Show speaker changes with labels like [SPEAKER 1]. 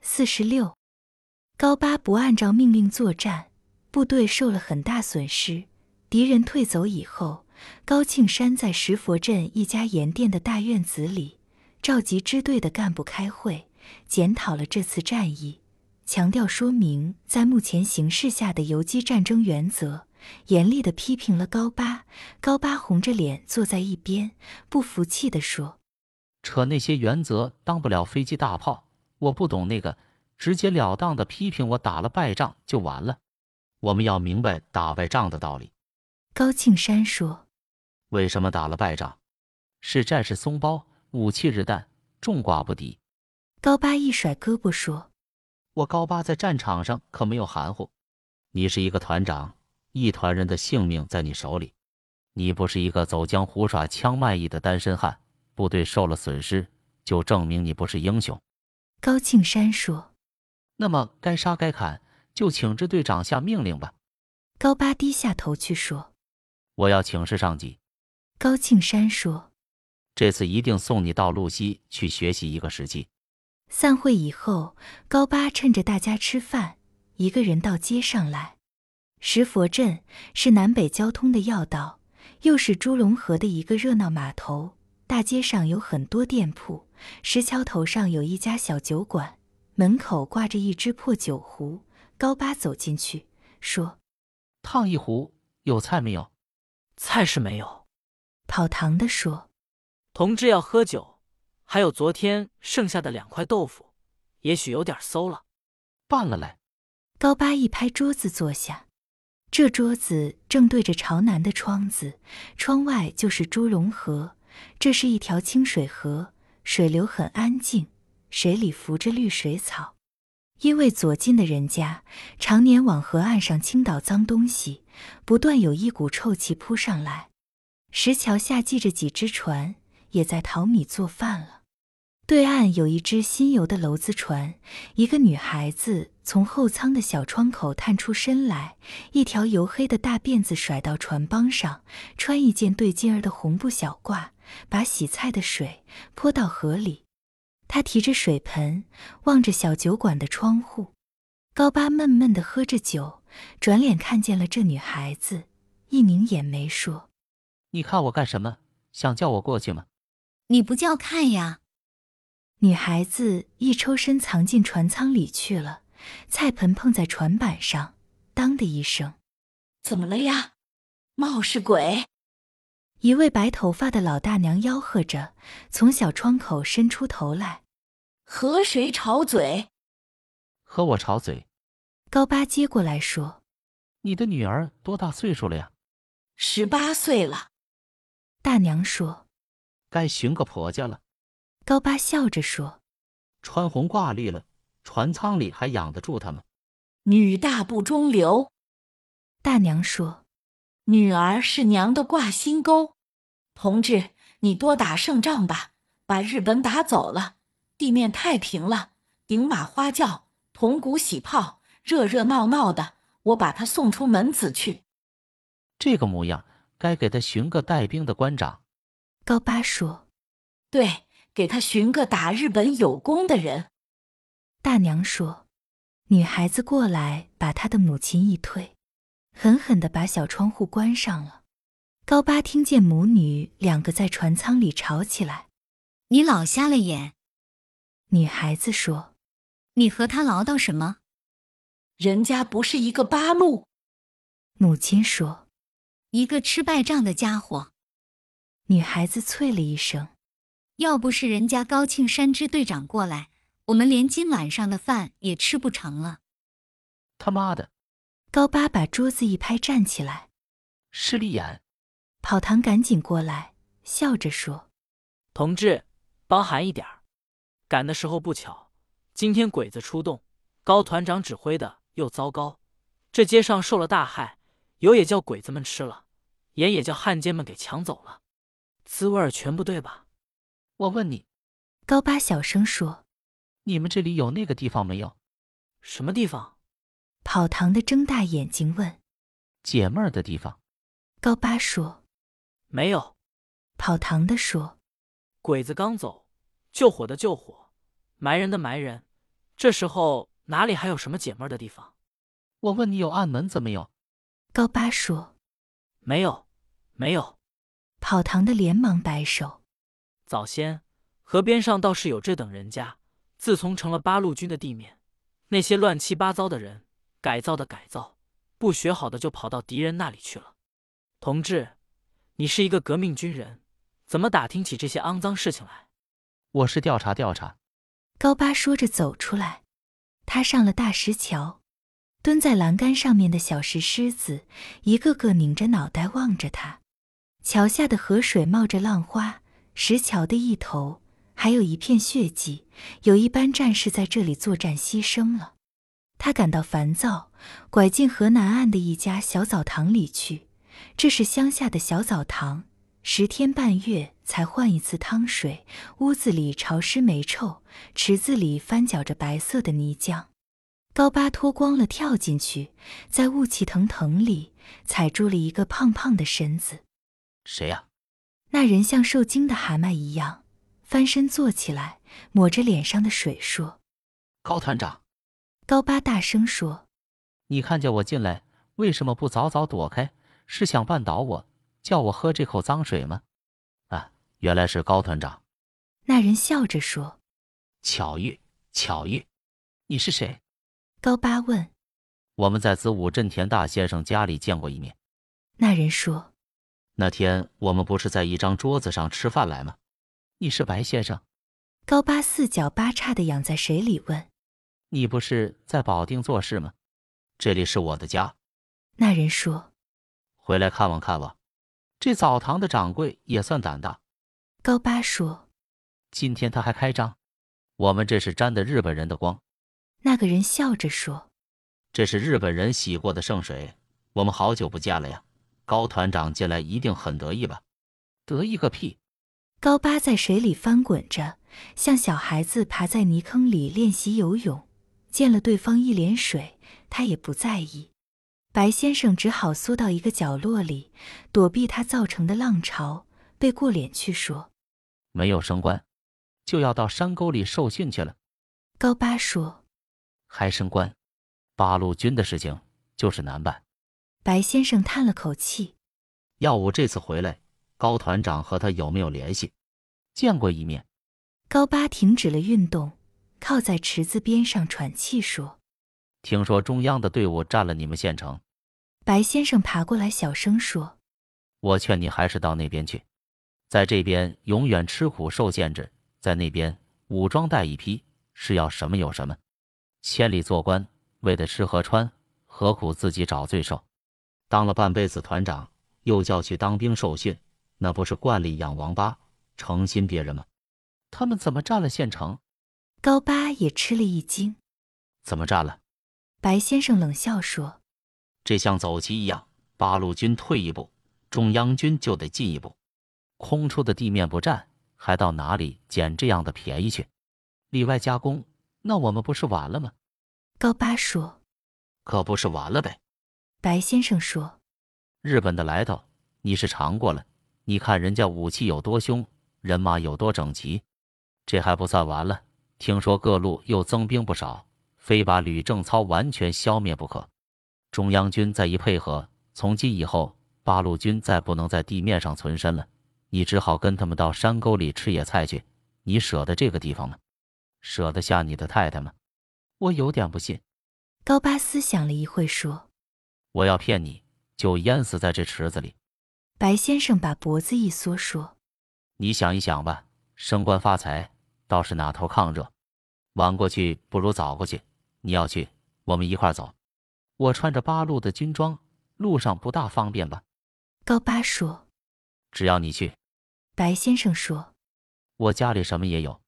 [SPEAKER 1] 四十六，高巴不按照命令作战，部队受了很大损失。敌人退走以后，高庆山在石佛镇一家盐店的大院子里召集支队的干部开会，检讨了这次战役，强调说明在目前形势下的游击战争原则，严厉地批评了高巴。高巴红着脸坐在一边，不服气地说。
[SPEAKER 2] 扯那些原则，当不了飞机大炮。我不懂那个，直截了当的批评我打了败仗就完了。我们要明白打败仗的道理。
[SPEAKER 1] 高庆山说
[SPEAKER 2] 为什么打了败仗？是战士松包，武器日弹，众寡不敌。：“
[SPEAKER 1] 高巴一甩胳膊说，
[SPEAKER 2] 我高八在战场上可没有含糊。你是一个团长，一团人的性命在你手里。你不是一个走江湖耍枪卖艺的单身汉，部队受了损失，就证明你不是英雄。
[SPEAKER 1] 高庆山说。
[SPEAKER 2] 那么该杀该砍，就请支队长下命令吧。”
[SPEAKER 1] 高巴低下头去说。
[SPEAKER 2] 我要请示上级，
[SPEAKER 1] 高庆山说。
[SPEAKER 2] 这次一定送你到露西去学习一个时期。
[SPEAKER 1] 散会以后，高巴趁着大家吃饭，一个人到街上来。石佛镇是南北交通的要道，又是朱龙河的一个热闹码头。大街上有很多店铺，石桥头上有一家小酒馆，门口挂着一只破酒壶。高巴走进去，说
[SPEAKER 2] 烫一壶，有菜没有？
[SPEAKER 3] 菜是没有。：“
[SPEAKER 1] 跑堂的说，
[SPEAKER 3] 同志要喝酒，还有昨天剩下的两块豆腐，也许有点馊了。
[SPEAKER 2] 拌了来。
[SPEAKER 1] 高巴一拍桌子坐下，这桌子正对着朝南的窗子，窗外就是朱龙河。这是一条清水河，水流很安静，水里浮着绿水草。因为左近的人家常年往河岸上倾倒脏东西，不断有一股臭气扑上来。石桥下系着几只船，也在淘米做饭了。对岸有一只新游的楼子船，一个女孩子从后舱的小窗口探出身来，一条油黑的大辫子甩到船帮上，穿一件对襟儿的红布小褂，把洗菜的水泼到河里。她提着水盆，望着小酒馆的窗户。高巴闷闷地喝着酒，转脸看见了这女孩子，一拧眼没说。
[SPEAKER 2] 你看我干什么？想叫我过去吗？
[SPEAKER 4] 你不叫看呀？
[SPEAKER 1] 女孩子一抽身藏进船舱里去了，菜盆碰在船板上，当的一声。
[SPEAKER 4] 怎么了呀？冒失鬼！
[SPEAKER 1] 一位白头发的老大娘吆喝着，从小窗口伸出头来。
[SPEAKER 4] 和谁吵嘴？
[SPEAKER 2] 和我吵嘴。
[SPEAKER 1] 高巴接过来说
[SPEAKER 2] 你的女儿多大岁数了呀？
[SPEAKER 4] 十八岁了，：“
[SPEAKER 1] 大娘说。
[SPEAKER 2] 该寻个婆家了。”
[SPEAKER 1] 高巴笑着说
[SPEAKER 2] 穿红挂绿了，船舱里还养得住他们？
[SPEAKER 4] 女大不中留，：“
[SPEAKER 1] 大娘说。
[SPEAKER 4] 女儿是娘的挂心钩。同志，你多打胜仗吧，把日本打走了，地面太平了，顶马花轿，铜鼓喜炮，热热闹闹的，我把他送出门子去。
[SPEAKER 2] 这个模样，该给他寻个带兵的官长。”
[SPEAKER 1] 高巴说
[SPEAKER 4] 对，给他寻个打日本有功的人。：“
[SPEAKER 1] 大娘说。”女孩子过来，把她的母亲一推，狠狠地把小窗户关上了。高巴听见母女两个在船舱里吵起来。
[SPEAKER 5] 你老瞎了眼，
[SPEAKER 1] 女孩子说
[SPEAKER 5] 你和他唠叨什么？
[SPEAKER 4] 人家不是一个八路，：“
[SPEAKER 1] 母亲说。
[SPEAKER 5] 一个吃败仗的家伙！”
[SPEAKER 1] 女孩子啐了一声。
[SPEAKER 5] 要不是人家高庆山支队长过来，我们连今晚上的饭也吃不成了。
[SPEAKER 2] 他妈的，
[SPEAKER 1] 高巴把桌子一拍，站起来。
[SPEAKER 2] 势利眼！
[SPEAKER 1] 跑堂赶紧过来，笑着说
[SPEAKER 3] 同志，包含一点儿。赶的时候不巧，今天鬼子出动，高团长指挥的又糟糕，这街上受了大害，油也叫鬼子们吃了，盐也叫汉奸们给抢走了，滋味儿全不对吧？
[SPEAKER 2] 我问你，：“
[SPEAKER 1] 高巴，小声说。
[SPEAKER 2] 你们这里有那个地方没有？
[SPEAKER 3] 什么地方？”
[SPEAKER 1] 跑堂的睁大眼睛问
[SPEAKER 2] 解闷儿的地方？
[SPEAKER 1] 高巴说
[SPEAKER 3] 没有，：“
[SPEAKER 1] 跑堂的说，
[SPEAKER 3] 鬼子刚走，救火的救火，埋人的埋人，这时候哪里还有什么解闷儿的地方？
[SPEAKER 2] 我问你有暗门子没有？
[SPEAKER 1] 高八说。
[SPEAKER 3] 没有，没有。
[SPEAKER 1] 跑堂的连忙摆手。
[SPEAKER 3] 早先河边上倒是有这等人家，自从成了八路军的地面，那些乱七八糟的人，改造的改造，不学好的就跑到敌人那里去了。同志，你是一个革命军人，怎么打听起这些肮脏事情来？
[SPEAKER 2] 我是调查调查。
[SPEAKER 1] 高八说着走出来，他上了大石桥，蹲在栏杆上面的小石狮子一个个拧着脑袋望着他。桥下的河水冒着浪花，石桥的一头还有一片血迹，有一班战士在这里作战牺牲了。他感到烦躁，拐进河南岸的一家小澡堂里去。这是乡下的小澡堂，十天半月才换一次汤水。屋子里潮湿霉臭，池子里翻搅着白色的泥浆。高八脱光了跳进去，在雾气腾腾里踩住了一个胖胖的身子。
[SPEAKER 2] 谁呀、
[SPEAKER 1] 那人像受惊的蛤蟆一样翻身坐起来，抹着脸上的水说
[SPEAKER 2] 高团长，：“
[SPEAKER 1] 高八大声说，
[SPEAKER 2] 你看见我进来，为什么不早早躲开？是想绊倒我，叫我喝这口脏水吗？啊，原来是高团长。
[SPEAKER 1] 那人笑着说。
[SPEAKER 2] 巧遇，巧遇，你是谁？”
[SPEAKER 1] 高八问，
[SPEAKER 2] 我们在子午镇田大先生家里见过一面。
[SPEAKER 1] 那人说
[SPEAKER 2] 那天我们不是在一张桌子上吃饭来吗？你是白先生，：“
[SPEAKER 1] 高八四脚八叉的仰在水里问。
[SPEAKER 2] 你不是在保定做事吗？这里是我的家，”
[SPEAKER 1] 那人说
[SPEAKER 2] 回来看望看望。这澡堂的掌柜也算胆大，：“
[SPEAKER 1] 高八说。
[SPEAKER 2] 今天他还开张。我们这是沾的日本人的光，”
[SPEAKER 1] 那个人笑着说
[SPEAKER 2] 这是日本人洗过的圣水。我们好久不见了呀，高团长进来一定很得意吧？得意个屁！：“
[SPEAKER 1] 高八在水里翻滚着，像小孩子爬在泥坑里练习游泳。见了对方一脸水，他也不在意。白先生只好缩到一个角落里，躲避他造成的浪潮，背过脸去说
[SPEAKER 2] 没有升官，就要到山沟里受训去了。：“
[SPEAKER 1] 高八说。
[SPEAKER 2] 还升官，八路军的事情就是难办。”
[SPEAKER 1] 白先生叹了口气。
[SPEAKER 2] 要我这次回来，高团长和他有没有联系？见过一面。
[SPEAKER 1] 高八停止了运动，靠在池子边上喘气说
[SPEAKER 2] 听说中央的队伍占了你们县城，：“
[SPEAKER 1] 白先生爬过来，小声说。
[SPEAKER 2] 我劝你还是到那边去，在这边永远吃苦受限制，在那边武装带一批，是要什么有什么。千里做官，为的吃和穿，何苦自己找罪受？当了半辈子团长，又叫去当兵受训，那不是惯例养王八，诚心别人吗？他们怎么占了县城？
[SPEAKER 1] 高八也吃了一惊。
[SPEAKER 2] 怎么占了？
[SPEAKER 1] 白先生冷笑说
[SPEAKER 2] 这像走棋一样，八路军退一步，中央军就得进一步。空出的地面不占，还到哪里捡这样的便宜去？里外加工，那我们不是完了吗？：“
[SPEAKER 1] 高八说。
[SPEAKER 2] 可不是完了呗。”
[SPEAKER 1] 白先生说
[SPEAKER 2] 日本的来头你是尝过了，你看人家武器有多凶，人马有多整齐。这还不算完了，听说各路又增兵不少，非把吕正操完全消灭不可。中央军再一配合，从今以后八路军再不能在地面上存身了，你只好跟他们到山沟里吃野菜去。你舍得这个地方吗？舍得下你的太太吗？我有点不信。：“
[SPEAKER 1] 高巴思想了一会，说
[SPEAKER 2] 我要骗你，就淹死在这池子里。：‘
[SPEAKER 1] 白先生把脖子一缩，说
[SPEAKER 2] 你想一想吧，升官发财倒是哪头抗热，晚过去不如早过去。你要去，我们一块儿走。我穿着八路的军装，路上不大方便吧？：‘
[SPEAKER 1] 高巴说。
[SPEAKER 2] 只要你去，’
[SPEAKER 1] 白先生说
[SPEAKER 2] 我家里什么也有，